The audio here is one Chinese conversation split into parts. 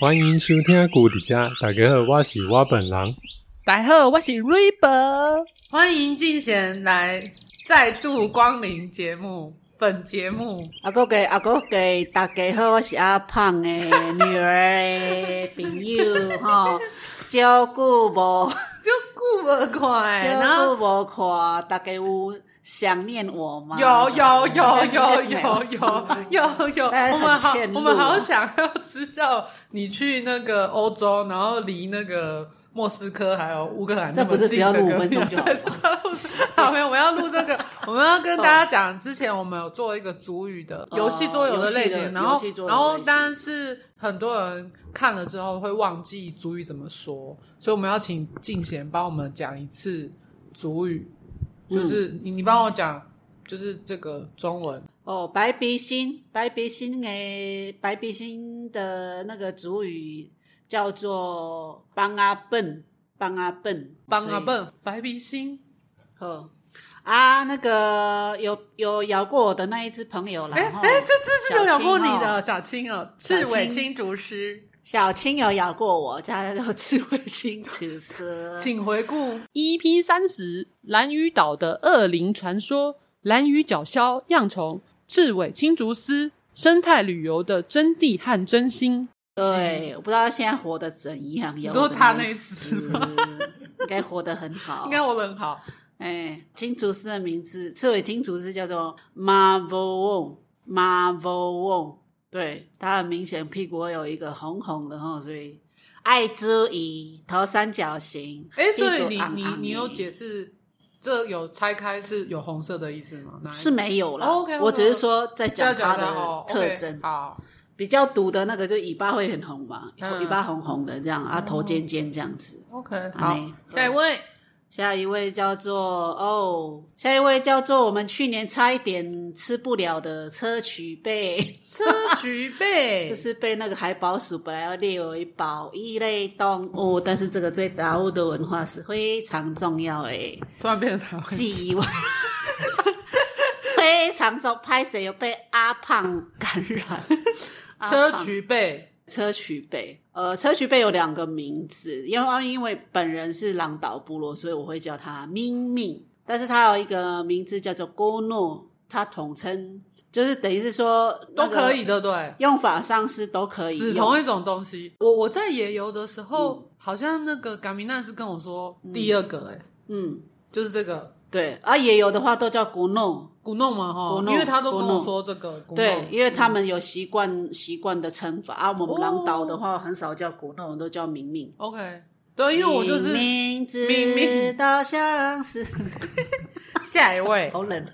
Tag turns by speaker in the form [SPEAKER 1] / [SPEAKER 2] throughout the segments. [SPEAKER 1] 欢迎收听古迪家，大家好，我是我本人。
[SPEAKER 2] 大家好，我是 River。
[SPEAKER 3] 欢迎进贤来再度光临节目。本节目
[SPEAKER 4] 阿哥给阿哥给大家好，我是阿胖的女儿的朋友 吼，照顾无
[SPEAKER 3] 就顾不过来，然
[SPEAKER 4] 照
[SPEAKER 3] 后
[SPEAKER 4] 顾无看，大家有想念我吗？
[SPEAKER 3] 有有 有
[SPEAKER 4] 应该
[SPEAKER 3] 有
[SPEAKER 4] 是没
[SPEAKER 3] 有有 有有，我
[SPEAKER 4] 大家很
[SPEAKER 3] 们好
[SPEAKER 4] 欠路
[SPEAKER 3] 我们好想要知道你去那个欧洲，然后离那个。莫斯科还有乌克兰那
[SPEAKER 4] 这不
[SPEAKER 3] 么近的歌，
[SPEAKER 4] 是只要录五分钟就好
[SPEAKER 3] 对只要录好，没有，我们要录这个，我们要跟大家讲，之前我们有做一个主语的
[SPEAKER 4] 哦
[SPEAKER 3] 游戏桌游的类型，
[SPEAKER 4] 游戏的
[SPEAKER 3] 然后
[SPEAKER 4] 游戏桌游
[SPEAKER 3] 然
[SPEAKER 4] 的
[SPEAKER 3] 后
[SPEAKER 4] 类型
[SPEAKER 3] 当然是很多人看了之后会忘记主语怎么说，所以我们要请静贤帮我们讲一次主语，就是你你帮我讲，就是这个中文
[SPEAKER 4] 哦，白鼻心，白鼻心诶，白鼻心的那个主语叫做帮阿笨，帮阿笨，
[SPEAKER 3] 帮啊
[SPEAKER 4] 所以
[SPEAKER 3] 笨白鼻星，
[SPEAKER 4] 哦啊，那个有有咬过我的那一只朋友啦，
[SPEAKER 3] 哎
[SPEAKER 4] 吼
[SPEAKER 3] 哎，这次是有咬过你
[SPEAKER 4] 小
[SPEAKER 3] 的小青哦，
[SPEAKER 4] 小
[SPEAKER 3] 是
[SPEAKER 4] 青
[SPEAKER 3] 伪青竹师，
[SPEAKER 4] 小青有咬过我，家叫智慧 青齿蛇。
[SPEAKER 3] 请回顾
[SPEAKER 2] EP 三十，蓝屿岛的恶灵传说，蓝屿角鸮、恙虫、赤尾青竹丝，生态旅游的真谛和真心。
[SPEAKER 4] 对，我不知道他现在活得怎样。有
[SPEAKER 3] 你说
[SPEAKER 4] 的
[SPEAKER 3] 他
[SPEAKER 4] 没
[SPEAKER 3] 那只
[SPEAKER 4] 死应该活得很好
[SPEAKER 3] 应。该我很好，
[SPEAKER 4] 哎，金竹师的名字，刺猬金竹师叫做 Marvel Wong Marvel Wong，对，他很明显屁股会有一个红红的哦哈，所以爱之以头三角形。
[SPEAKER 3] 哎，所
[SPEAKER 4] 屁
[SPEAKER 3] 以
[SPEAKER 4] 股
[SPEAKER 3] 你
[SPEAKER 4] 昂
[SPEAKER 3] 你
[SPEAKER 4] 昂
[SPEAKER 3] 你有
[SPEAKER 4] 的
[SPEAKER 3] 解释这有拆开是有红色的意思吗？哪一
[SPEAKER 4] 是没有啦。
[SPEAKER 3] 哦，OK，OK，OK
[SPEAKER 4] 我只是说在
[SPEAKER 3] 这样
[SPEAKER 4] 讲
[SPEAKER 3] 讲
[SPEAKER 4] 它
[SPEAKER 3] 的
[SPEAKER 4] 的
[SPEAKER 3] 哦
[SPEAKER 4] 特
[SPEAKER 3] OK，
[SPEAKER 4] 征。
[SPEAKER 3] 好，
[SPEAKER 4] 比较毒的那个就尾巴会很红嘛，
[SPEAKER 3] 嗯哦
[SPEAKER 4] 尾巴红红的这样啊，头尖尖这样子。
[SPEAKER 3] OK，
[SPEAKER 4] 好
[SPEAKER 3] 好
[SPEAKER 4] 嘞，
[SPEAKER 3] 下一位，
[SPEAKER 4] 下一位叫做哦，下一位叫做我们去年差一点吃不了的砗磲贝，
[SPEAKER 3] 车菊 贝，
[SPEAKER 4] 就是被那个海宝鼠本来要列为保育类动物，但是这个对达悟的文化是非常重要诶，
[SPEAKER 3] 突然变成台湾人
[SPEAKER 4] 记忆 非常重，拍谁有被阿胖感染？阿
[SPEAKER 3] 车
[SPEAKER 4] 胖
[SPEAKER 3] 菊贝，
[SPEAKER 4] 砗磲贝，呃，砗磲贝有两个名字，因为啊因为本人是狼岛部落，所以我会叫它明明，但是它有一个名字叫做郭诺，它统称就是等于是说
[SPEAKER 3] 都可，以的，对，
[SPEAKER 4] 用法上是都可以用，嗯
[SPEAKER 3] 指同一种东西。我我在野游的时候，好像那个嘎米娜是跟我说第二个、欸，哎、
[SPEAKER 4] 嗯，
[SPEAKER 3] 就是这个
[SPEAKER 4] 对，啊，也有的话都叫古诺，
[SPEAKER 3] 古弄嘛，哈
[SPEAKER 4] 古，弄
[SPEAKER 3] 因为他都跟
[SPEAKER 4] 古
[SPEAKER 3] 我
[SPEAKER 4] 弄
[SPEAKER 3] 说这个古弄，
[SPEAKER 4] 对，因为他们有习惯习惯的称法啊，我们狼岛的话很少叫古诺，我们都叫明明。
[SPEAKER 3] ，OK，对，哦因为我就是
[SPEAKER 4] 明明知
[SPEAKER 3] 明明
[SPEAKER 4] 道相思，
[SPEAKER 3] 下一位，
[SPEAKER 4] 好 冷。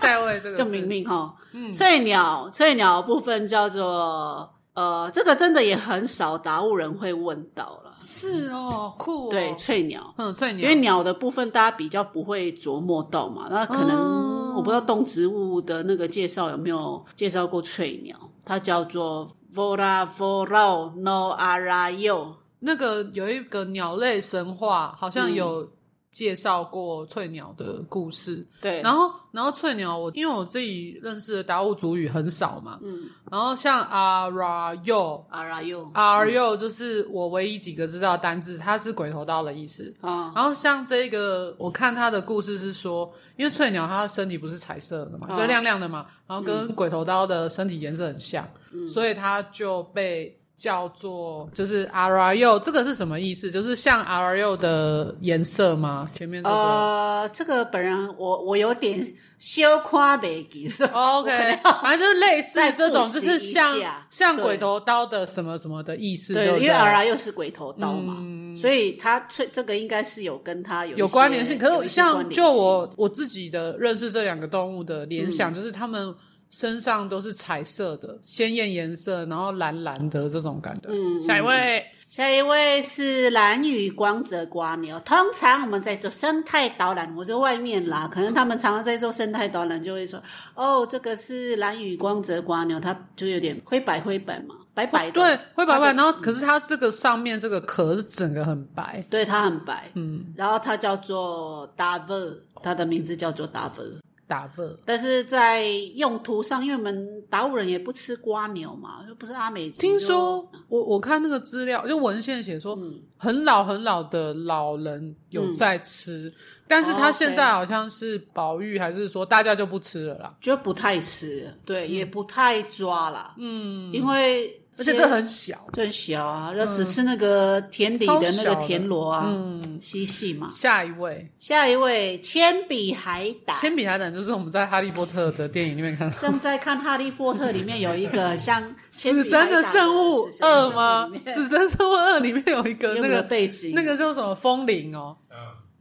[SPEAKER 3] 下一位这个
[SPEAKER 4] 就是明，明哈，
[SPEAKER 3] 嗯
[SPEAKER 4] 翠鸟，翠鸟的部分叫做呃，这个真的也很少达悟人会问到了。
[SPEAKER 3] 是哦，酷哦，
[SPEAKER 4] 对，翠鸟，
[SPEAKER 3] 嗯，翠
[SPEAKER 4] 因
[SPEAKER 3] 鸟
[SPEAKER 4] 为，鸟的部分大家比较不会琢磨到嘛，那可能、
[SPEAKER 3] 哦
[SPEAKER 4] 我不知道动植物的那个介绍有没有介绍过翠鸟，它叫做 Vora Vora No Arayo，
[SPEAKER 3] 那个有一个鸟类神话，好像有介绍过翠鸟的故事，
[SPEAKER 4] 对，
[SPEAKER 3] 然后，然后翠鸟我，因为我自己认识的达悟族语很少嘛，
[SPEAKER 4] 嗯
[SPEAKER 3] 然后像阿拉佑
[SPEAKER 4] Arayo
[SPEAKER 3] 阿佑就是我唯一几个知道的单字，它是鬼头刀的意思。
[SPEAKER 4] 啊，
[SPEAKER 3] 然后像这个，我看它的故事是说，因为翠鸟它的身体不是彩色的嘛，
[SPEAKER 4] 哦
[SPEAKER 3] 就亮亮的嘛，然后跟鬼头刀的身体颜色很像，
[SPEAKER 4] 嗯
[SPEAKER 3] 所以它就被叫做就是阿拉佑。这个是什么意思？就是像阿拉佑的颜色吗？前面这个、
[SPEAKER 4] 呃，这个本人我我有点 羞夸没记，所以
[SPEAKER 3] 哦
[SPEAKER 4] 我
[SPEAKER 3] OK，
[SPEAKER 4] 可能
[SPEAKER 3] 反正就是类似
[SPEAKER 4] 再
[SPEAKER 3] 这种，
[SPEAKER 4] 复
[SPEAKER 3] 就
[SPEAKER 4] 习
[SPEAKER 3] 是像
[SPEAKER 4] 一下
[SPEAKER 3] 像
[SPEAKER 4] 对
[SPEAKER 3] 鬼头刀的什么什么的意思，对不
[SPEAKER 4] 对，
[SPEAKER 3] 对，
[SPEAKER 4] 因为 R 又是鬼头刀嘛，
[SPEAKER 3] 嗯
[SPEAKER 4] 所以他这这个应该是有跟他有
[SPEAKER 3] 有
[SPEAKER 4] 有
[SPEAKER 3] 关联性。可
[SPEAKER 4] 有一
[SPEAKER 3] 是
[SPEAKER 4] 些
[SPEAKER 3] 像
[SPEAKER 4] 关联
[SPEAKER 3] 就
[SPEAKER 4] 性嗯
[SPEAKER 3] 我我自己的认识这两个动物的联想，就是它们身上都是彩色的、鲜艳颜色，然后蓝蓝的这种感觉。
[SPEAKER 4] 嗯
[SPEAKER 3] 呃下一位，
[SPEAKER 4] 下一位是蓝羽光泽瓜牛，通常我们在做生态导览，我在外面
[SPEAKER 3] 嗯
[SPEAKER 4] 啦，可能他们常常在做生态导览，就会说哦，这个是蓝羽光泽瓜牛，它就有点灰白灰白嘛，白嗯白的，
[SPEAKER 3] 哦对，灰白
[SPEAKER 4] 它的
[SPEAKER 3] 白，
[SPEAKER 4] 嗯
[SPEAKER 3] 然后可是它这个上面这个壳是整个很白，
[SPEAKER 4] 对，它很白，
[SPEAKER 3] 嗯，
[SPEAKER 4] 然后它叫做 Daver，它的名字叫做 Daver。
[SPEAKER 3] 打字。
[SPEAKER 4] 但是在用途上，因为我们达悟人也不吃瓜牛嘛，又不是阿美族。
[SPEAKER 3] 听
[SPEAKER 4] 就
[SPEAKER 3] 说我我看那个资料，就文献写说，
[SPEAKER 4] 嗯，
[SPEAKER 3] 很老很老的老人有在吃，但是
[SPEAKER 4] 哦
[SPEAKER 3] 他现在好像是保育，还是说大家就不吃了啦？
[SPEAKER 4] 就不太吃，对，也不太抓啦，
[SPEAKER 3] 嗯，
[SPEAKER 4] 因为
[SPEAKER 3] 而且这很小，
[SPEAKER 4] 这很小啊，要只吃那个田里的那
[SPEAKER 3] 超小
[SPEAKER 4] 个
[SPEAKER 3] 的
[SPEAKER 4] 田螺啊，
[SPEAKER 3] 嗯。
[SPEAKER 4] 嬉戏嘛。
[SPEAKER 3] 下一位，
[SPEAKER 4] 下一位，铅笔海胆。
[SPEAKER 3] 铅笔海胆就是我们在《哈利波特》的电影里面看到，
[SPEAKER 4] 正在看《哈利波特》里面有一个像铅笔
[SPEAKER 3] 死神的圣物
[SPEAKER 4] 海胆
[SPEAKER 3] 二吗？
[SPEAKER 4] 死神的圣物里面
[SPEAKER 3] 死神圣物二里面有一个
[SPEAKER 4] 有
[SPEAKER 3] 那
[SPEAKER 4] 没有
[SPEAKER 3] 个
[SPEAKER 4] 背景
[SPEAKER 3] 那个叫什么风铃哦，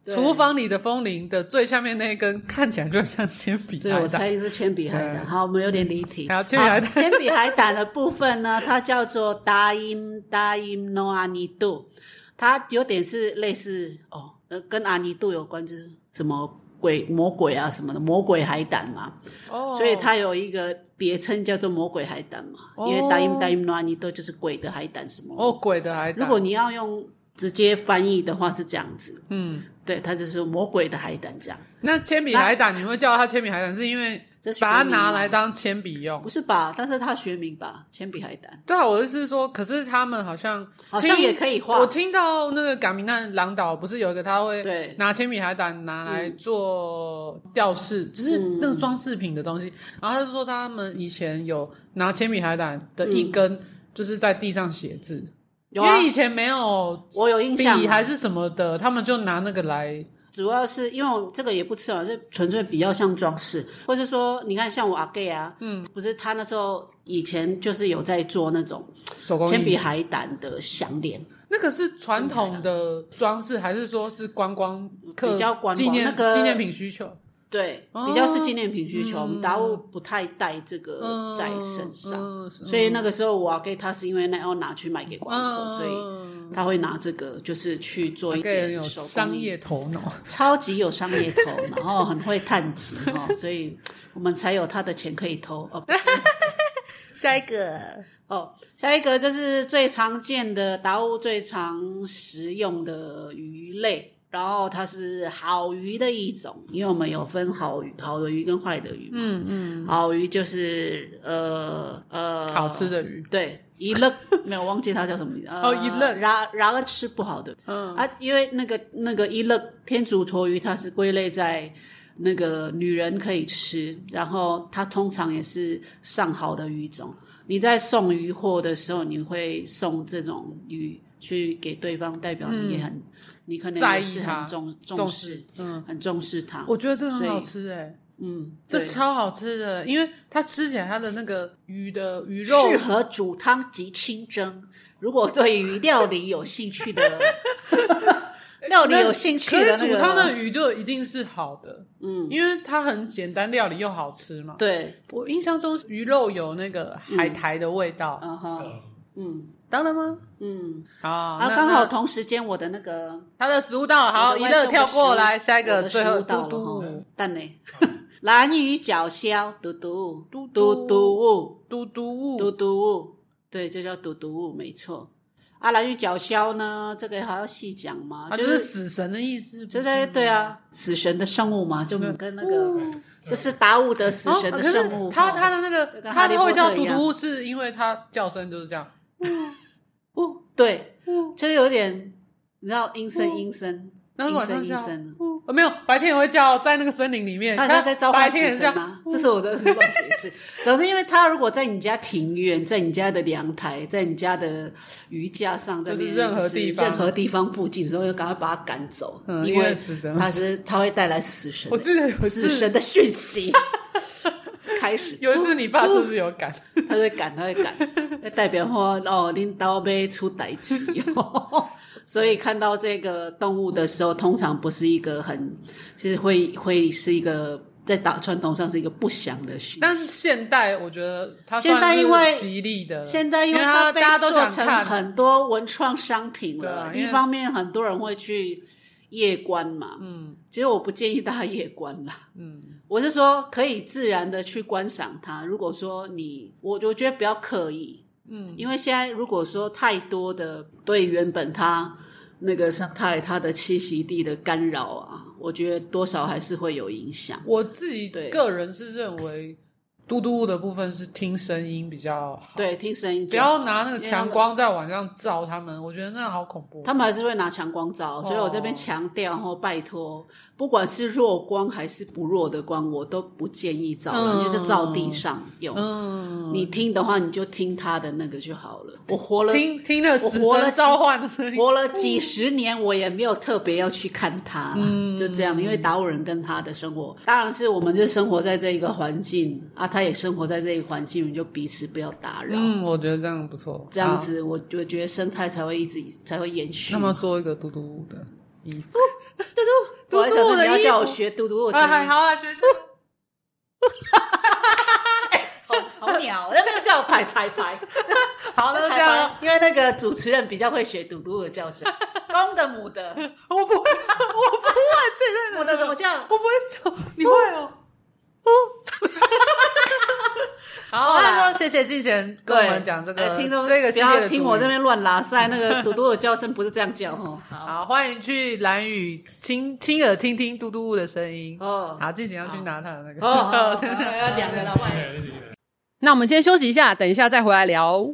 [SPEAKER 4] 对
[SPEAKER 3] 厨房里的风铃的最下面那一根看起来就像铅笔
[SPEAKER 4] 对，
[SPEAKER 3] 海
[SPEAKER 4] 我猜
[SPEAKER 3] 胆，
[SPEAKER 4] 是铅笔海胆。
[SPEAKER 3] 对嗯
[SPEAKER 4] 好，我们有点离题。
[SPEAKER 3] 好铅笔海胆
[SPEAKER 4] 好铅笔海胆的部分呢，它叫做达音达音诺阿尼杜，它有点是类似哦，呃，跟阿尼杜有关，就是什么鬼魔鬼啊什么的，魔鬼海胆嘛。
[SPEAKER 3] 哦
[SPEAKER 4] 所以它有一个别称叫做魔鬼海胆嘛，
[SPEAKER 3] 哦
[SPEAKER 4] 因为达音达音诺阿尼杜就是鬼的海胆什么。
[SPEAKER 3] 哦，鬼的海胆，
[SPEAKER 4] 如果你要用直接翻译的话是这样子，
[SPEAKER 3] 嗯，
[SPEAKER 4] 对，它就是魔鬼的海胆这样。
[SPEAKER 3] 那铅笔海胆，你会叫它铅笔海胆，是因为
[SPEAKER 4] 这是
[SPEAKER 3] 把它
[SPEAKER 4] 学名吗
[SPEAKER 3] 拿来当铅笔用
[SPEAKER 4] 不。是吧？但是它学名吧，铅笔海胆。
[SPEAKER 3] 对啊，我的意思是说，可是他们好像
[SPEAKER 4] 好像
[SPEAKER 3] 听
[SPEAKER 4] 也可以画
[SPEAKER 3] 我听到那个嘎米娜朗岛不是有一个他会
[SPEAKER 4] 对
[SPEAKER 3] 拿铅笔海胆拿来做吊饰，就是
[SPEAKER 4] 嗯
[SPEAKER 3] 那个装饰品的东西。然后他就说他们以前有拿铅笔海胆的一根，就是在地上写字，
[SPEAKER 4] 嗯有
[SPEAKER 3] 因
[SPEAKER 4] 啊
[SPEAKER 3] 为以，前没有
[SPEAKER 4] 我有印象啊
[SPEAKER 3] 笔还是什么的，他们就拿那个来
[SPEAKER 4] 主要是因为我这个也不吃啊，就纯粹比较像装饰，或是说，你看像我阿 gay 啊，嗯，不是他那时候以前就是有在做那种
[SPEAKER 3] 手工艺
[SPEAKER 4] 铅笔海胆的项链，
[SPEAKER 3] 那个是传统的装饰，还是说是观光客
[SPEAKER 4] 比较观光
[SPEAKER 3] 纪念
[SPEAKER 4] 那个
[SPEAKER 3] 纪念品需求？
[SPEAKER 4] 对，
[SPEAKER 3] 哦
[SPEAKER 4] 比较是纪念品需求，
[SPEAKER 3] 嗯
[SPEAKER 4] 我们达悟不太带这个
[SPEAKER 3] 嗯，
[SPEAKER 4] 呃在身上，
[SPEAKER 3] 嗯，
[SPEAKER 4] 所以那个时候我阿 gay 他是因为那要拿去卖给观光
[SPEAKER 3] 嗯
[SPEAKER 4] 客，所以
[SPEAKER 3] 以
[SPEAKER 4] 他会拿这个就是去做一
[SPEAKER 3] 个人
[SPEAKER 4] 点
[SPEAKER 3] 有
[SPEAKER 4] 手工
[SPEAKER 3] 商
[SPEAKER 4] 艺
[SPEAKER 3] 业头脑，
[SPEAKER 4] 超级有商业头，然后很会探集哦，所以我们才有他的钱可以偷哦。不是
[SPEAKER 3] 下一个
[SPEAKER 4] 哦，下一个就是最常见的达悟最常食用的鱼类，然后它是好鱼的一种，因为我们有分好鱼、好的鱼跟坏的鱼嘛。
[SPEAKER 3] 嗯嗯，
[SPEAKER 4] 好鱼就是呃呃
[SPEAKER 3] 好吃的鱼，
[SPEAKER 4] 对，一愣 没有忘记它叫什么名字。呃
[SPEAKER 3] 哦一愣
[SPEAKER 4] 然然而吃不好的，嗯啊，因为那个那个一愣天竺陀鱼，它是归类在那个女人可以吃，然后它通常也是上好的鱼种。你在送鱼货的时候，你会送这种鱼去给对方，代表你也很，你可能
[SPEAKER 3] 嗯在
[SPEAKER 4] 也
[SPEAKER 3] 意
[SPEAKER 4] 是
[SPEAKER 3] 它
[SPEAKER 4] 很重
[SPEAKER 3] 重
[SPEAKER 4] 重视，
[SPEAKER 3] 嗯，
[SPEAKER 4] 很重视它。
[SPEAKER 3] 我觉得这个很
[SPEAKER 4] 所以
[SPEAKER 3] 好吃哎，
[SPEAKER 4] 嗯，
[SPEAKER 3] 这
[SPEAKER 4] 对
[SPEAKER 3] 超好吃的，因为它吃起来它的那个鱼的鱼肉
[SPEAKER 4] 适合煮汤及清蒸。如果对于料理有兴趣 的，料理有兴趣
[SPEAKER 3] 可
[SPEAKER 4] 的
[SPEAKER 3] 是
[SPEAKER 4] 那
[SPEAKER 3] 煮
[SPEAKER 4] 个，
[SPEAKER 3] 汤的鱼就一定是好的，
[SPEAKER 4] 嗯，
[SPEAKER 3] 因为它很简单，料理又好吃嘛。
[SPEAKER 4] 对，
[SPEAKER 3] 我印象中鱼肉有那个海苔的味道，
[SPEAKER 4] 嗯哼，嗯
[SPEAKER 3] 当然吗？
[SPEAKER 4] 嗯，
[SPEAKER 3] 啊，
[SPEAKER 4] 然后
[SPEAKER 3] 那
[SPEAKER 4] 刚好
[SPEAKER 3] 那
[SPEAKER 4] 同时间我的那个
[SPEAKER 3] 它的食物到了，好，
[SPEAKER 4] 我的
[SPEAKER 3] 一
[SPEAKER 4] 外
[SPEAKER 3] 乐
[SPEAKER 4] 送的
[SPEAKER 3] 跳过
[SPEAKER 4] 食物
[SPEAKER 3] 来，下一
[SPEAKER 4] 我
[SPEAKER 3] 个
[SPEAKER 4] 的
[SPEAKER 3] 最
[SPEAKER 4] 食
[SPEAKER 3] 后
[SPEAKER 4] 物到
[SPEAKER 3] 嘟
[SPEAKER 4] 了
[SPEAKER 3] 嘟
[SPEAKER 4] 哈，蛋呢？ 蓝鱼脚虾，嘟嘟
[SPEAKER 3] 嘟
[SPEAKER 4] 嘟嘟物，
[SPEAKER 3] 嘟嘟
[SPEAKER 4] 嘟
[SPEAKER 3] 物，
[SPEAKER 4] 嘟物，对，就叫嘟嘟物，没错。啊，蓝鱼脚虾呢？这个还要细讲吗？
[SPEAKER 3] 它啊就是死神的意思，
[SPEAKER 4] 就在对啊，死神的圣物嘛，就跟那个
[SPEAKER 1] 对
[SPEAKER 4] 这是达悟的死
[SPEAKER 3] 哦
[SPEAKER 4] 神的
[SPEAKER 3] 可是
[SPEAKER 4] 圣物。
[SPEAKER 3] 它
[SPEAKER 4] 哦
[SPEAKER 3] 它的那个
[SPEAKER 4] 跟
[SPEAKER 3] 它
[SPEAKER 4] 哈利波
[SPEAKER 3] 会
[SPEAKER 4] 特
[SPEAKER 3] 叫嘟
[SPEAKER 4] 一样
[SPEAKER 3] 嘟物，是因为它叫声就是这样，
[SPEAKER 4] 哦，对，这个有点，你知道阴森阴森，
[SPEAKER 3] 哦那
[SPEAKER 4] 阴
[SPEAKER 3] 晚上
[SPEAKER 4] 森
[SPEAKER 3] 叫
[SPEAKER 4] 阴森。
[SPEAKER 3] 呃没有白天也会叫，在那个森林里面，
[SPEAKER 4] 他
[SPEAKER 3] 它
[SPEAKER 4] 他在召
[SPEAKER 3] 白
[SPEAKER 4] 唤
[SPEAKER 3] 天
[SPEAKER 4] 死
[SPEAKER 3] 也是这
[SPEAKER 4] 神啊
[SPEAKER 3] 样，
[SPEAKER 4] 吗？这是我的乱解释。总之，因为他如果在你家庭院，在你家的阳台，在你家的鱼架上，在
[SPEAKER 3] 就是
[SPEAKER 4] 那
[SPEAKER 3] 任
[SPEAKER 4] 边
[SPEAKER 3] 何
[SPEAKER 4] 就
[SPEAKER 3] 地
[SPEAKER 4] 是
[SPEAKER 3] 方
[SPEAKER 4] 任何地方附近，所以就赶快把他赶走，
[SPEAKER 3] 嗯
[SPEAKER 4] 因
[SPEAKER 3] 因为
[SPEAKER 4] 为
[SPEAKER 3] 死神嘛
[SPEAKER 4] 他是他会带来死神的，
[SPEAKER 3] 我记得有一次
[SPEAKER 4] 死神的讯 息开始。
[SPEAKER 3] 有一次你爸是不是有感？
[SPEAKER 4] 他在赶，他在赶，那代表说哦，恁刀被出歹机哦。 所以看到这个动物的时候，通常不是一个很，就是会会是一个在打传统上是一个不祥的讯。
[SPEAKER 3] 但是现代我觉得它
[SPEAKER 4] 现代
[SPEAKER 3] 算是
[SPEAKER 4] 因为
[SPEAKER 3] 吉利的，
[SPEAKER 4] 现在因为
[SPEAKER 3] 它
[SPEAKER 4] 它被
[SPEAKER 3] 大家都
[SPEAKER 4] 做
[SPEAKER 3] 想
[SPEAKER 4] 成
[SPEAKER 3] 看，
[SPEAKER 4] 很多文创商品
[SPEAKER 3] 对啊
[SPEAKER 4] 了，
[SPEAKER 3] 因为
[SPEAKER 4] 一方面很多人会去夜观嘛，嗯，其实我不建议大家夜观啦，
[SPEAKER 3] 嗯，
[SPEAKER 4] 我是说可以自然的去观赏它。如果说你，我我觉得不要刻意，嗯，因为现在如果说太多的对原本它那个生态它的栖息地的干扰啊，我觉得多少还是会有影响。
[SPEAKER 3] 我自己
[SPEAKER 4] 对
[SPEAKER 3] 个人是认为，嘟嘟的部分是听声音比较好，，
[SPEAKER 4] 对，听声音就
[SPEAKER 3] 不要拿那个强光在晚上照他们，我觉得那好恐怖。
[SPEAKER 4] 他们还是会拿强光照，
[SPEAKER 3] 哦
[SPEAKER 4] 所以我这边强调哦，拜托，不管是弱光还是不弱的光，我都不建议照了，
[SPEAKER 3] 嗯
[SPEAKER 4] 就是照地上用。
[SPEAKER 3] 嗯，
[SPEAKER 4] 你听的话，你就听他的那个就好了。我活了，
[SPEAKER 3] 听听那个死
[SPEAKER 4] 我活了
[SPEAKER 3] 神
[SPEAKER 4] 几
[SPEAKER 3] 召唤的声音，
[SPEAKER 4] 活了几十年，我也没有特别要去看他，
[SPEAKER 3] 嗯
[SPEAKER 4] 就这样。因为达悟人跟他的生活，当然是我们就生活在这一个环境啊，他也生活在这一个环境，你就彼此不要打扰。
[SPEAKER 3] 嗯，我觉得这样不错，
[SPEAKER 4] 这样子我，我觉得生态才会一直才会延续。
[SPEAKER 3] 好。那么做一个嘟嘟的衣服，
[SPEAKER 4] 我还想
[SPEAKER 3] 嘟
[SPEAKER 4] 说
[SPEAKER 3] 嘟的
[SPEAKER 4] 你要
[SPEAKER 3] 衣
[SPEAKER 4] 叫
[SPEAKER 3] 服
[SPEAKER 4] 我学嘟嘟的声
[SPEAKER 3] 啊，
[SPEAKER 4] 音，
[SPEAKER 3] 还好啊，学生，
[SPEAKER 4] 好好鸟，那个叫我排排排，
[SPEAKER 3] 好
[SPEAKER 4] 排
[SPEAKER 3] 了，这样
[SPEAKER 4] 排，因为那个主持人比较会学嘟嘟的叫声，公的母的，
[SPEAKER 3] 哦，我不会，我不会，这这
[SPEAKER 4] 母的怎么叫？
[SPEAKER 3] 我不会讲，你会哦。 哦，好，
[SPEAKER 4] 啊
[SPEAKER 3] 那就谢谢季贤跟我们讲这个
[SPEAKER 4] 哎听众
[SPEAKER 3] 这个
[SPEAKER 4] 不
[SPEAKER 3] 系列
[SPEAKER 4] 要
[SPEAKER 3] 的
[SPEAKER 4] 听
[SPEAKER 3] 主
[SPEAKER 4] 我
[SPEAKER 3] 语
[SPEAKER 4] 这边乱拉塞，那个嘟嘟的叫声不是这样叫哦。
[SPEAKER 3] 好，欢迎去蓝雨亲亲耳听听嘟嘟的声音。
[SPEAKER 4] 哦
[SPEAKER 3] 好，季贤要去拿他的那个。
[SPEAKER 4] 哦，好好要两个老外。
[SPEAKER 2] 那我们先休息一下，等一下再回来聊。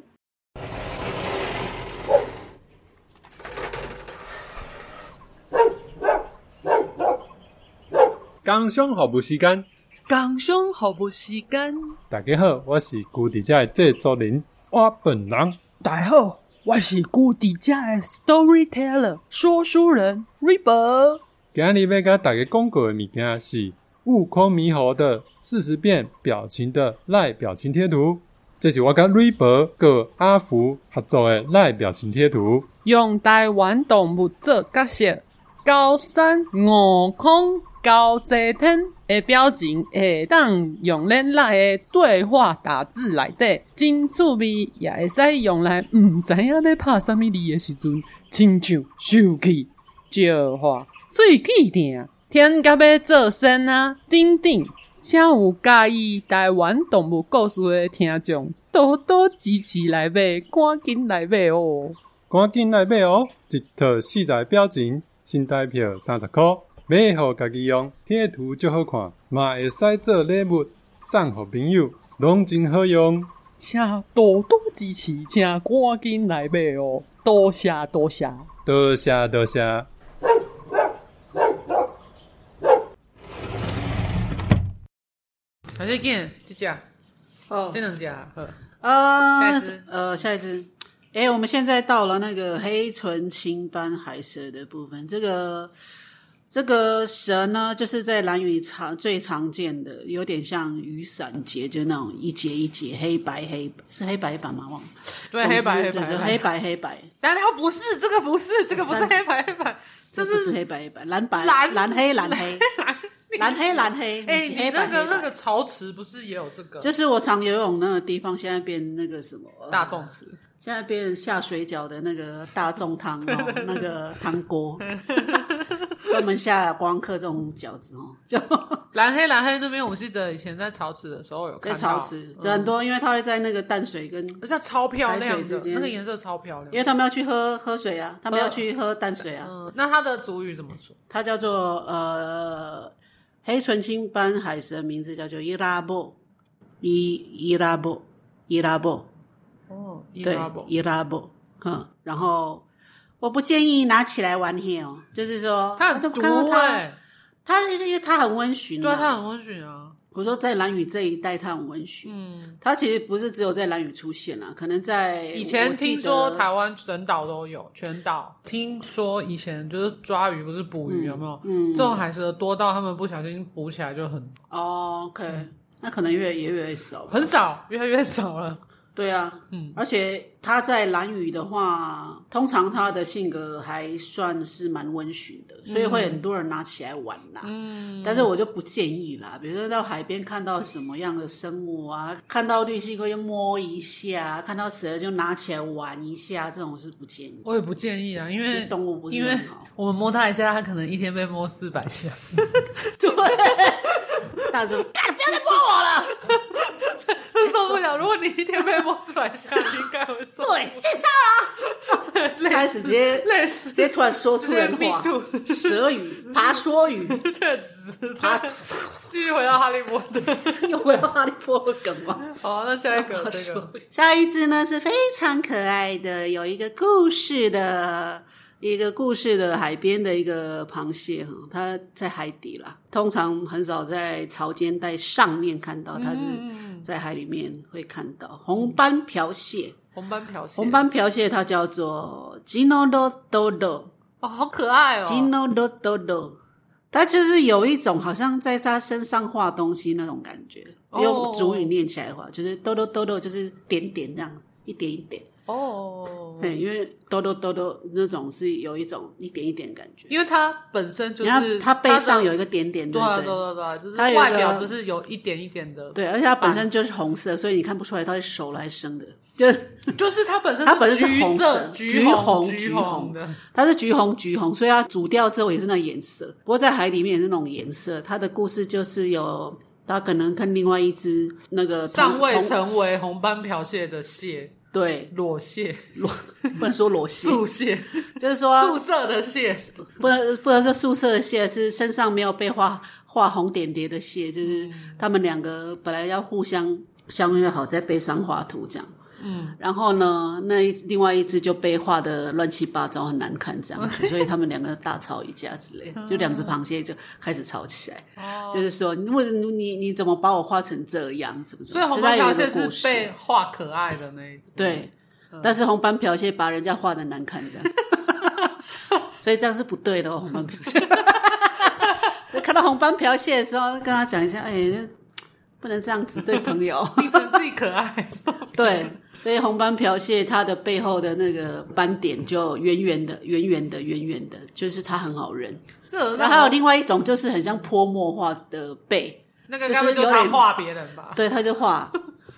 [SPEAKER 1] 刚兄好不吸干，
[SPEAKER 2] 港兄好不吸干，
[SPEAKER 1] 大家好，我是古迪家的制作人，我本人。
[SPEAKER 5] 大家好，我是古迪家的 storyteller 说书人 River。
[SPEAKER 1] 今日要甲大家讲过的物件是《悟空猕猴》的四十遍表情的赖表情贴图，这是我甲瑞博个阿福合作的赖表情贴图。
[SPEAKER 2] 用台湾动物做角色，高山悟空高遮天的表情会当用咱咱的对话打字来底，真趣味，也会使用来毋知影要拍啥物字的时阵，亲像手气、石化、喙齿疼、天甲要做声啊，等等。请有介意台湾动物故事的听众，多多支持来买，赶紧来买哦！
[SPEAKER 1] 赶紧来买哦！一套四台表情，新台票三十块，买互家己用，贴图就好看，嘛会使做礼物送互朋友，拢真好用。
[SPEAKER 2] 请多多支持，请赶紧来买哦！多谢多谢。
[SPEAKER 1] 多谢多谢。
[SPEAKER 4] 哦
[SPEAKER 3] 感谢 Gin，这家
[SPEAKER 4] 哦
[SPEAKER 3] 这，两家，呃下
[SPEAKER 4] 呃
[SPEAKER 3] 一只，
[SPEAKER 4] 呃，下一只。哎，我们现在到了那个黑唇青斑海蛇的部分，这个。这个蛇呢，就是在蓝雨常最常见的，有点像雨伞结，就那种一节一节黑白黑，是黑白版吗？忘了。总
[SPEAKER 3] 对，
[SPEAKER 4] 之
[SPEAKER 3] 黑白黑
[SPEAKER 4] 就
[SPEAKER 3] 白
[SPEAKER 4] 是
[SPEAKER 3] 黑
[SPEAKER 4] 黑
[SPEAKER 3] 白。
[SPEAKER 4] 白黑白，
[SPEAKER 3] 然后不是这个，不是这个，不是黑白黑白，这
[SPEAKER 4] 哦这不是
[SPEAKER 3] 是
[SPEAKER 4] 黑白黑白，蓝白
[SPEAKER 3] 蓝
[SPEAKER 4] 蓝黑蓝黑蓝黑蓝黑，你
[SPEAKER 3] 哎，你
[SPEAKER 4] 黑
[SPEAKER 3] 那
[SPEAKER 4] 白
[SPEAKER 3] 个
[SPEAKER 4] 黑
[SPEAKER 3] 那
[SPEAKER 4] 白。
[SPEAKER 3] 个潮池不是也有这个
[SPEAKER 4] 就是我常游泳那个地方，现在变那个什么呃
[SPEAKER 3] 大众池？
[SPEAKER 4] 现在变下水饺的那个大众汤 哦，那个汤锅，专门下观光客这种饺子哦， 就
[SPEAKER 3] 蓝黑蓝黑那边，我记得以前在潮池的时候有看
[SPEAKER 4] 在
[SPEAKER 3] 到，
[SPEAKER 4] 潮湿，
[SPEAKER 3] 嗯
[SPEAKER 4] 这很多，因为它会在那个淡水跟，
[SPEAKER 3] 而且超漂亮
[SPEAKER 4] 海水
[SPEAKER 3] 的
[SPEAKER 4] 之，间
[SPEAKER 3] 那个颜色超漂
[SPEAKER 4] 因
[SPEAKER 3] 亮。
[SPEAKER 4] 为他们要去喝喝水啊，他们
[SPEAKER 3] 呃
[SPEAKER 4] 要去喝淡水啊，
[SPEAKER 3] 嗯，那它的主语怎么说？
[SPEAKER 4] 它叫做呃黑唇青斑海蛇，名字叫做伊拉布，伊伊拉布，伊拉布，
[SPEAKER 3] 哦，
[SPEAKER 4] 对
[SPEAKER 3] Irabo，
[SPEAKER 4] 伊拉布，嗯，然后我不建议拿起来玩嘿哦，就是说
[SPEAKER 3] 它很
[SPEAKER 4] 都
[SPEAKER 3] 毒
[SPEAKER 4] 看到它，
[SPEAKER 3] 哎，
[SPEAKER 4] 它因为它很温驯、啊，
[SPEAKER 3] 对啊，它很温驯啊。
[SPEAKER 4] 我说在蓝屿这一带它很温驯。
[SPEAKER 3] 嗯，
[SPEAKER 4] 它其实不是只有在蓝屿出现啦，可能在
[SPEAKER 3] 以
[SPEAKER 4] 哎我
[SPEAKER 3] 前
[SPEAKER 4] 记
[SPEAKER 3] 听
[SPEAKER 4] 得
[SPEAKER 3] 说台湾整岛都有，全岛听说以前就是抓鱼不是捕鱼有没有？
[SPEAKER 4] 嗯
[SPEAKER 3] 这种海蛇多到他们不小心捕起来就很
[SPEAKER 4] 哦，OK，、那
[SPEAKER 3] 嗯
[SPEAKER 4] 可能越也越来越少吧，
[SPEAKER 3] 很少，越来越少了。
[SPEAKER 4] 对啊，
[SPEAKER 3] 嗯，
[SPEAKER 4] 而且他在蓝屿的话，通常他的性格还算是蛮温驯的，所以会很多人拿起来玩啦。
[SPEAKER 3] 嗯，
[SPEAKER 4] 但是我就不建议啦，比如说到海边看到什么样的生物啊，看到绿蜥龟就摸一下，看到蛇就拿起来玩一下，这种是不建议。
[SPEAKER 3] 我也不建议啊，因
[SPEAKER 4] 对
[SPEAKER 3] 为
[SPEAKER 4] 动物不是
[SPEAKER 3] 因为
[SPEAKER 4] 很好，
[SPEAKER 3] 我们摸它一下，它可能一天被摸四百下。
[SPEAKER 4] 哎大家就干不要再摸我了，
[SPEAKER 3] 受不了！如果你一天被莫斯莱西亚，你应该会说
[SPEAKER 4] 对，介绍
[SPEAKER 3] 对，
[SPEAKER 4] 开始直接
[SPEAKER 3] 类似
[SPEAKER 4] 直接突然说出人
[SPEAKER 3] 直接 me
[SPEAKER 4] 话
[SPEAKER 3] too，
[SPEAKER 4] 蛇 语、爬梭语，
[SPEAKER 3] 特质，
[SPEAKER 4] 爬
[SPEAKER 3] 继续回到哈利波 特。
[SPEAKER 4] 又回到哈利波特梗吗？
[SPEAKER 3] 好，那下一个
[SPEAKER 4] 爬
[SPEAKER 3] 这个
[SPEAKER 4] 梭语下一只呢是非常可爱的，有一个故事的。一个故事的海边的一个螃蟹哈，它在海底啦，通常很少在潮间带上面看到，它是
[SPEAKER 3] 嗯
[SPEAKER 4] 在海里面会看到红斑瓢蟹。
[SPEAKER 3] 红斑瓢蟹，
[SPEAKER 4] 红斑瓢蟹它叫做 Ginododo，
[SPEAKER 3] 哦，好可爱哦，
[SPEAKER 4] 金 o d o d o 它就是有一种好像在它身上画东西那种感觉。
[SPEAKER 3] 哦
[SPEAKER 4] 用主语念起来的话，就是 d o d o d o d o 就是点点这样，一点一点。
[SPEAKER 3] 哦，
[SPEAKER 4] 对，因为 d o d o d o d o 那种是有一种一点一点的感觉。
[SPEAKER 3] 因为它本身就
[SPEAKER 4] 然后
[SPEAKER 3] 是
[SPEAKER 4] 它背上
[SPEAKER 3] 的
[SPEAKER 4] 有一个点点，
[SPEAKER 3] 对
[SPEAKER 4] 对
[SPEAKER 3] 啊
[SPEAKER 4] 不
[SPEAKER 3] 对
[SPEAKER 4] 对？
[SPEAKER 3] 啊对啊，就是
[SPEAKER 4] 它有一个
[SPEAKER 3] 外表就是有一点一点的，
[SPEAKER 4] 对，而且它本身就是红色，所以你看不出来它是熟了还是生的，就是
[SPEAKER 3] 就是它本身
[SPEAKER 4] 它本身是
[SPEAKER 3] 橘
[SPEAKER 4] 红
[SPEAKER 3] 色、
[SPEAKER 4] 色
[SPEAKER 3] 橘
[SPEAKER 4] 红
[SPEAKER 3] 橘
[SPEAKER 4] 橘
[SPEAKER 3] 红
[SPEAKER 4] 红
[SPEAKER 3] 的，
[SPEAKER 4] 它是橘红橘红，所以它煮掉之后也是那颜色。不过在海里面也是那种颜色。它的故事就是有它可能跟另外一只那个同
[SPEAKER 3] 尚未
[SPEAKER 4] 同
[SPEAKER 3] 成为红斑瓢蟹的蟹，
[SPEAKER 4] 对
[SPEAKER 3] 裸蟹、
[SPEAKER 4] 裸，不能说 裸蟹，
[SPEAKER 3] 素蟹、
[SPEAKER 4] 就是
[SPEAKER 3] 素
[SPEAKER 4] 说
[SPEAKER 3] 色的蟹，
[SPEAKER 4] 不能不能说宿舍的蟹是身上没有被画画红点点的蟹，就是
[SPEAKER 3] 嗯
[SPEAKER 4] 他们两个本来要互相相约好在背上画图这样。
[SPEAKER 3] 嗯，
[SPEAKER 4] 然后呢，那一另外一只就被画的乱七八糟，很难看这样 子，所以他们两个大吵一架之类，就两只螃蟹就开始吵起来，
[SPEAKER 3] 嗯哦
[SPEAKER 4] 就是说，你为你你怎么把我画成这样，怎么怎
[SPEAKER 3] 所
[SPEAKER 4] 么样？
[SPEAKER 3] 以
[SPEAKER 4] 它
[SPEAKER 3] 红斑
[SPEAKER 4] 有
[SPEAKER 3] 瓢
[SPEAKER 4] 一个
[SPEAKER 3] 蟹
[SPEAKER 4] 故
[SPEAKER 3] 是被
[SPEAKER 4] 事，
[SPEAKER 3] 画可爱的那一只，
[SPEAKER 4] 对。但是红斑瓢蟹把人家画的难看这样，所以这样是不对的哦，红斑瓢蟹。我看到红斑瓢蟹的时候，跟他讲一下，哎、不能这样子对朋友。
[SPEAKER 3] 自己自己 可爱，
[SPEAKER 4] 对，所以红斑瓢蟹它的背后的那个斑点就圆圆的、圆圆的、圆圆的，就是它很好认。
[SPEAKER 3] 这
[SPEAKER 4] 然后还有另外一种，就是很像泼墨画的背，
[SPEAKER 3] 那个
[SPEAKER 4] 就是
[SPEAKER 3] 该不会就是
[SPEAKER 4] 有
[SPEAKER 3] 他
[SPEAKER 4] 点
[SPEAKER 3] 画别人吧？
[SPEAKER 4] 对，他就画。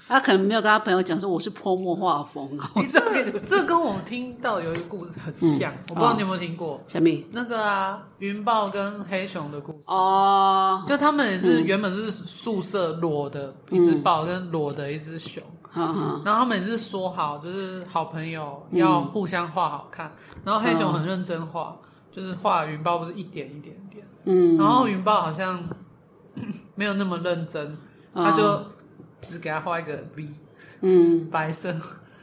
[SPEAKER 4] 他可能没有跟他朋友讲说我是泼墨画风啊。
[SPEAKER 3] 你这哦个这跟我听到有一个故事很像，我不知道你有没有听过、
[SPEAKER 4] 小米
[SPEAKER 3] 那个啊，云豹跟黑熊的故事。
[SPEAKER 4] 哦，
[SPEAKER 3] 就他们也是原本是宿舍裸的一只豹跟裸的一只熊，
[SPEAKER 4] 哈哈，
[SPEAKER 3] 然后他们也是说好，就是好朋友要互相画好看。然后黑熊很认真画，就是画云豹不是一点一点点，
[SPEAKER 4] 嗯，
[SPEAKER 3] 然后云豹好像 嗯没有那么认真，他就只给他画一个 V
[SPEAKER 4] 嗯
[SPEAKER 3] 白色，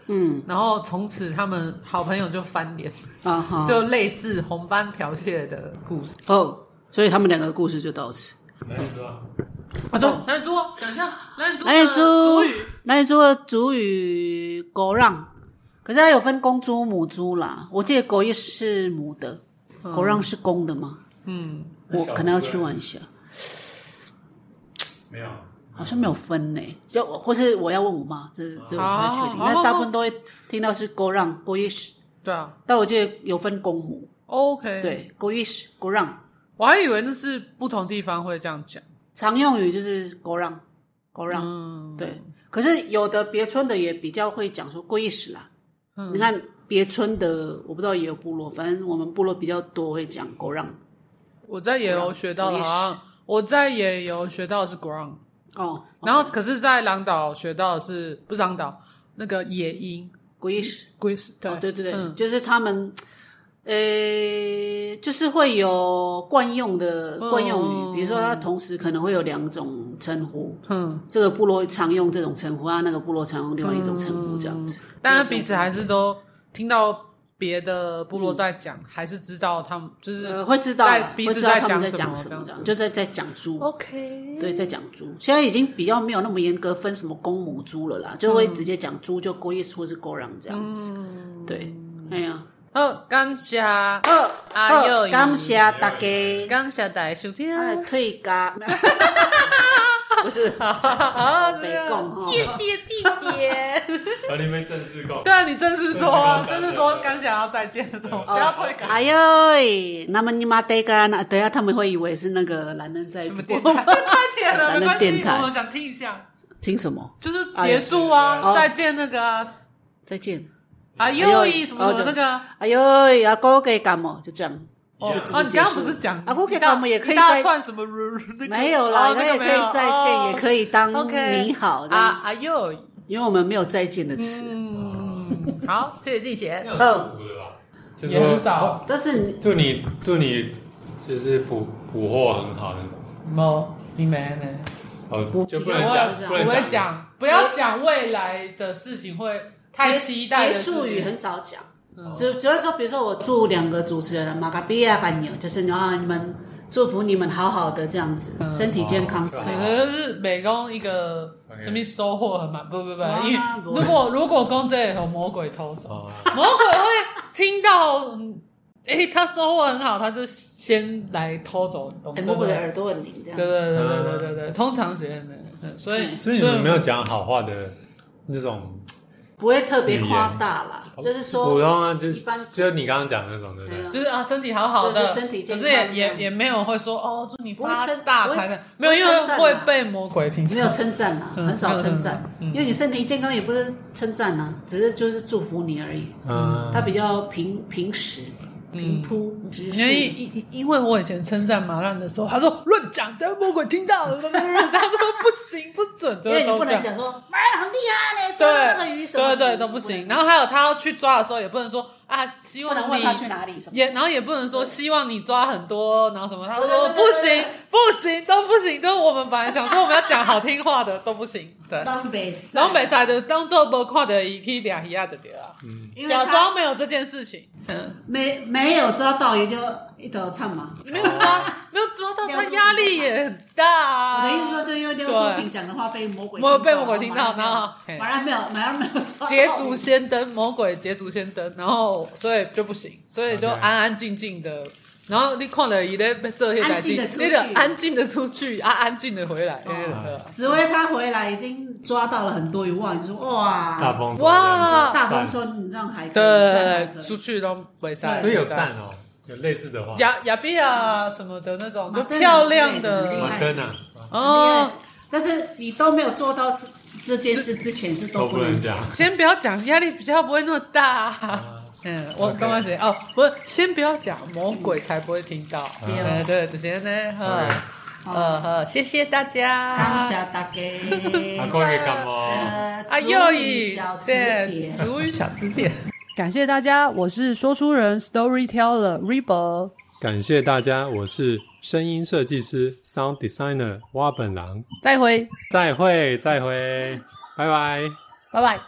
[SPEAKER 4] 嗯
[SPEAKER 3] 然后从此他们好朋友就翻脸。
[SPEAKER 4] 啊哈，
[SPEAKER 3] 就类似红斑瓢蟹的故事。
[SPEAKER 4] 哦，所以他们两个故事就到此。
[SPEAKER 3] 啊，对，蓝猪，讲一下蓝猪，
[SPEAKER 4] 蓝哎
[SPEAKER 3] 猪
[SPEAKER 4] 猪
[SPEAKER 3] 语，
[SPEAKER 4] 蓝猪的主语狗让，可是它有分公猪、母猪啦。我记得狗也是母的，狗让是公的吗？
[SPEAKER 3] 嗯，
[SPEAKER 4] 我可能要去问一下，
[SPEAKER 1] 没有，
[SPEAKER 4] 好像没有分呢、就或是我要问我妈，这这我不太确定。
[SPEAKER 3] 好好
[SPEAKER 4] 那大部分都会听到是狗让狗也是，
[SPEAKER 3] 对啊
[SPEAKER 4] 但我记得有分公母，
[SPEAKER 3] ，OK，，
[SPEAKER 4] 对，狗也是狗让，
[SPEAKER 3] 我还以为那是不同地方会这样讲，
[SPEAKER 4] 常用语就是狗让狗让，
[SPEAKER 3] 嗯，
[SPEAKER 4] 对。可是有的别村的也比较会讲说“龟史”啦。
[SPEAKER 3] 嗯
[SPEAKER 4] 你看别村的，我不知道也有部落，反正我们部落比较多会讲“狗让
[SPEAKER 3] 我在野游学到的，好像我在野游学到的是 ground，”。
[SPEAKER 4] 哦，
[SPEAKER 3] 然后可是，在狼岛学到的是不是狼岛那个野鹰
[SPEAKER 4] “龟史
[SPEAKER 3] 龟是”，
[SPEAKER 4] 哦，对对对，
[SPEAKER 3] 嗯
[SPEAKER 4] 就是他们，呃、就是会有惯用的
[SPEAKER 3] 嗯
[SPEAKER 4] 惯用语，比如说它同时可能会有两种称呼。
[SPEAKER 3] 嗯，
[SPEAKER 4] 这个部落常用这种称呼啊，那个部落常用另外一种称呼，这样子。
[SPEAKER 3] 但是嗯彼此还是都听到别的部落在讲，还是知道他们就是
[SPEAKER 4] 嗯呃，会知道
[SPEAKER 3] 在
[SPEAKER 4] 啦
[SPEAKER 3] 彼
[SPEAKER 4] 会
[SPEAKER 3] 此
[SPEAKER 4] 知道
[SPEAKER 3] 在
[SPEAKER 4] 他们在
[SPEAKER 3] 讲什么
[SPEAKER 4] 讲
[SPEAKER 3] 这样
[SPEAKER 4] 这
[SPEAKER 3] 子
[SPEAKER 4] 样就在在讲猪。
[SPEAKER 3] OK，
[SPEAKER 4] 对，在讲猪，现在已经比较没有那么严格分什么公母猪了啦，就会
[SPEAKER 3] 嗯
[SPEAKER 4] 直接讲猪，就勾一说是勾让这样子。对，哎呀，
[SPEAKER 3] 好，感谢，
[SPEAKER 4] 好，
[SPEAKER 3] 啊又
[SPEAKER 4] 好
[SPEAKER 3] 一
[SPEAKER 4] 感谢大家，
[SPEAKER 3] 感谢大家收听。
[SPEAKER 4] 哎，退 咖，不是，北贡哈，
[SPEAKER 1] 和你们正式告
[SPEAKER 3] 对啊，你正式说，
[SPEAKER 1] 对
[SPEAKER 3] 正
[SPEAKER 1] 对对
[SPEAKER 3] 式说，感谢要再见的东西，不要退稿。
[SPEAKER 4] 哎呦，那么你妈得个啊那，等一下他们会以为是那个男人在
[SPEAKER 3] 什么
[SPEAKER 4] 播
[SPEAKER 3] 电台？快点了，没
[SPEAKER 4] 反
[SPEAKER 3] 关
[SPEAKER 4] 正
[SPEAKER 3] 系
[SPEAKER 4] 电，台
[SPEAKER 3] 我们想听一下，
[SPEAKER 4] 听什么？
[SPEAKER 3] 就是结束啊，
[SPEAKER 4] 哎
[SPEAKER 3] 再见那个啊
[SPEAKER 4] 再见，
[SPEAKER 3] 啊又
[SPEAKER 4] 哦
[SPEAKER 3] 一什么什么那个啊
[SPEAKER 4] 哎呦，阿哥给感冒，就这样。
[SPEAKER 3] 哦，
[SPEAKER 1] 就直接
[SPEAKER 3] 啊你刚刚不是讲
[SPEAKER 4] 啊我可以
[SPEAKER 3] 一大
[SPEAKER 4] 我们也可以
[SPEAKER 3] 一大
[SPEAKER 4] 再
[SPEAKER 3] 串什么那个
[SPEAKER 4] 没有啦，
[SPEAKER 3] 哦
[SPEAKER 4] 那
[SPEAKER 3] 那
[SPEAKER 4] 也可
[SPEAKER 3] 个没
[SPEAKER 4] 以
[SPEAKER 3] 有
[SPEAKER 4] 再见，
[SPEAKER 3] 哦
[SPEAKER 4] 也可以当
[SPEAKER 3] OK
[SPEAKER 4] 你好这样
[SPEAKER 3] 啊啊又
[SPEAKER 4] 因为我们没有再见的词。
[SPEAKER 3] 嗯，好，谢谢季贤。
[SPEAKER 1] 那有祝福的吧？哦就
[SPEAKER 3] 也很
[SPEAKER 1] 说
[SPEAKER 3] 少，
[SPEAKER 4] 但是你
[SPEAKER 1] 祝你祝你就是捕捕获很好那种。
[SPEAKER 3] 没，你没呢？
[SPEAKER 1] 哦，就不能
[SPEAKER 4] 不
[SPEAKER 3] 我
[SPEAKER 4] 要
[SPEAKER 1] 讲，
[SPEAKER 4] 这样
[SPEAKER 1] 不
[SPEAKER 3] 也
[SPEAKER 1] 能
[SPEAKER 3] 我
[SPEAKER 1] 讲
[SPEAKER 3] 会。讲，不要讲未来的事情，会太期
[SPEAKER 4] 结
[SPEAKER 3] 待的
[SPEAKER 4] 结
[SPEAKER 3] 事情
[SPEAKER 4] 束语很少讲，
[SPEAKER 3] 嗯
[SPEAKER 4] 只只会说，比如说我祝两个主持人马卡比亚干牛，就是你啊，你们祝福你们好好的这样子，
[SPEAKER 3] 嗯哦
[SPEAKER 4] 身体健康之类
[SPEAKER 1] 对
[SPEAKER 3] 对，
[SPEAKER 4] 的。
[SPEAKER 1] 啊
[SPEAKER 3] 可是美工一个什么收获很满，不不不，
[SPEAKER 4] 哇
[SPEAKER 3] 因为
[SPEAKER 4] 不会
[SPEAKER 3] 如果如果公这有魔鬼偷走，
[SPEAKER 1] 哦，
[SPEAKER 3] 魔鬼会听到，哎、诶他收获很好，他就先来偷走东西。
[SPEAKER 4] 很
[SPEAKER 3] 对
[SPEAKER 4] 哎摸
[SPEAKER 3] 不
[SPEAKER 4] 我的
[SPEAKER 3] 对
[SPEAKER 4] 耳朵很灵，这
[SPEAKER 3] 对
[SPEAKER 4] 样
[SPEAKER 3] 对对对对对对，通常是这样的嗯所以
[SPEAKER 1] 所以你们没有讲好话的那种
[SPEAKER 4] 不会特别夸大啦，
[SPEAKER 3] 嗯
[SPEAKER 4] 就是
[SPEAKER 1] 普
[SPEAKER 4] 说
[SPEAKER 1] 通啊，就
[SPEAKER 4] 一般
[SPEAKER 1] 就你刚刚讲的那种，对不
[SPEAKER 4] 对
[SPEAKER 1] 对
[SPEAKER 4] 啊？
[SPEAKER 3] 就是啊，身体好好的，
[SPEAKER 4] 就是身体健
[SPEAKER 3] 可
[SPEAKER 4] 康
[SPEAKER 3] 是也也也没有会说哦，祝你发大财的，
[SPEAKER 4] 不
[SPEAKER 3] 没有，
[SPEAKER 4] 会
[SPEAKER 3] 因
[SPEAKER 4] 称
[SPEAKER 3] 为
[SPEAKER 4] 赞啊
[SPEAKER 3] 会被魔鬼听
[SPEAKER 4] 没
[SPEAKER 3] 见。
[SPEAKER 4] 有称赞啦，
[SPEAKER 3] 嗯
[SPEAKER 4] 很少称赞，
[SPEAKER 3] 嗯嗯
[SPEAKER 4] 因为你身体健康也不是称赞啦，只是就是祝福你而已。
[SPEAKER 1] 嗯，
[SPEAKER 4] 他比较平平实、平铺直
[SPEAKER 3] 嗯因为
[SPEAKER 4] 叙。
[SPEAKER 3] 因因因为我以前称赞麻辣的时候，他说乱讲，等下魔鬼听到了，他说不行不准，
[SPEAKER 4] 因
[SPEAKER 3] 就
[SPEAKER 4] 为
[SPEAKER 3] 是
[SPEAKER 4] 你
[SPEAKER 3] 都
[SPEAKER 4] 不
[SPEAKER 3] 这
[SPEAKER 4] 能
[SPEAKER 3] 样。
[SPEAKER 4] 讲说妈呀很厉害嘞，抓到那个鱼什么
[SPEAKER 3] 对
[SPEAKER 4] 的，
[SPEAKER 3] 对都不行。然后还有他要去抓的时候，也不能说啊，希
[SPEAKER 4] 不
[SPEAKER 3] 望
[SPEAKER 4] 能
[SPEAKER 3] 你
[SPEAKER 4] 问他去哪里什么的。
[SPEAKER 3] 也，然后也不能说希望你抓很多，然后什么，他
[SPEAKER 4] 对对对
[SPEAKER 3] 说不
[SPEAKER 4] 对对
[SPEAKER 3] 行不行都不行，就是我们本来想说我们要讲好听话的都不行，对。
[SPEAKER 4] 东北赛
[SPEAKER 3] 然后北赛的当做没看的，伊去俩鱼啊的对啊，
[SPEAKER 4] 因为
[SPEAKER 3] 假
[SPEAKER 4] 他
[SPEAKER 3] 装没有这件事情，嗯，
[SPEAKER 4] 没没有抓到，也就一头唱嘛。
[SPEAKER 3] 没有抓没有抓到，他压力也很大
[SPEAKER 4] 我
[SPEAKER 3] 啊。
[SPEAKER 4] 的意思说，就因为廖淑萍讲的话被魔鬼
[SPEAKER 3] 对
[SPEAKER 4] 到
[SPEAKER 3] 被魔鬼听到
[SPEAKER 4] 然后
[SPEAKER 3] 然后
[SPEAKER 4] 马上没有，马上没有抓到
[SPEAKER 3] 捷足先登，魔鬼捷足先登，然后所以就不行，所以就
[SPEAKER 1] OK
[SPEAKER 3] 安安静静的。然后你看了伊咧做些代
[SPEAKER 4] 安
[SPEAKER 3] 志，
[SPEAKER 4] 静地出去
[SPEAKER 3] 你得安静的出去，啊，安静的回来。
[SPEAKER 1] 哦
[SPEAKER 4] 紫薇她回来已经抓到了很多余望，你说
[SPEAKER 1] 大
[SPEAKER 4] 哇，
[SPEAKER 1] 风
[SPEAKER 3] 哇
[SPEAKER 4] 大风说你让海哥
[SPEAKER 3] 对，出去都没
[SPEAKER 1] 这
[SPEAKER 3] 晒，
[SPEAKER 1] 样子所以有赞哦，有类似的话，
[SPEAKER 3] 亚亚比亚什么的那种，就
[SPEAKER 4] 马登啊
[SPEAKER 3] 漂亮
[SPEAKER 4] 之类的
[SPEAKER 3] 的
[SPEAKER 1] 马登啊，
[SPEAKER 3] 哦。，
[SPEAKER 4] 但是你都没有做到这这件事之前是
[SPEAKER 1] 都
[SPEAKER 4] 都
[SPEAKER 1] 不
[SPEAKER 4] 不
[SPEAKER 1] 能
[SPEAKER 4] 能
[SPEAKER 1] 讲
[SPEAKER 4] 讲。。
[SPEAKER 3] 先不要讲，压力比较不会那么 大。
[SPEAKER 1] 啊
[SPEAKER 3] 嗯，我
[SPEAKER 1] OK
[SPEAKER 3] 刚刚写哦，不是，先不要讲，魔鬼才不会听到。
[SPEAKER 1] 嗯
[SPEAKER 3] 对对，这些呢，哈
[SPEAKER 1] OK，
[SPEAKER 3] 呃呵，谢谢大
[SPEAKER 4] 当
[SPEAKER 3] 家。
[SPEAKER 4] 下大概，
[SPEAKER 1] 阿 公也感冒，
[SPEAKER 4] 呃
[SPEAKER 3] 啊，又
[SPEAKER 4] 注意
[SPEAKER 3] 以
[SPEAKER 4] 小词
[SPEAKER 3] 对
[SPEAKER 4] 典。
[SPEAKER 3] 植物语小词典。
[SPEAKER 2] 感谢大家，我是说书人 Storyteller Rebel。
[SPEAKER 1] 感谢大家，我是声音设计师 Sound Designer 蛙本郎，
[SPEAKER 2] 再会，
[SPEAKER 1] 再会，再会，拜拜。
[SPEAKER 2] 拜拜。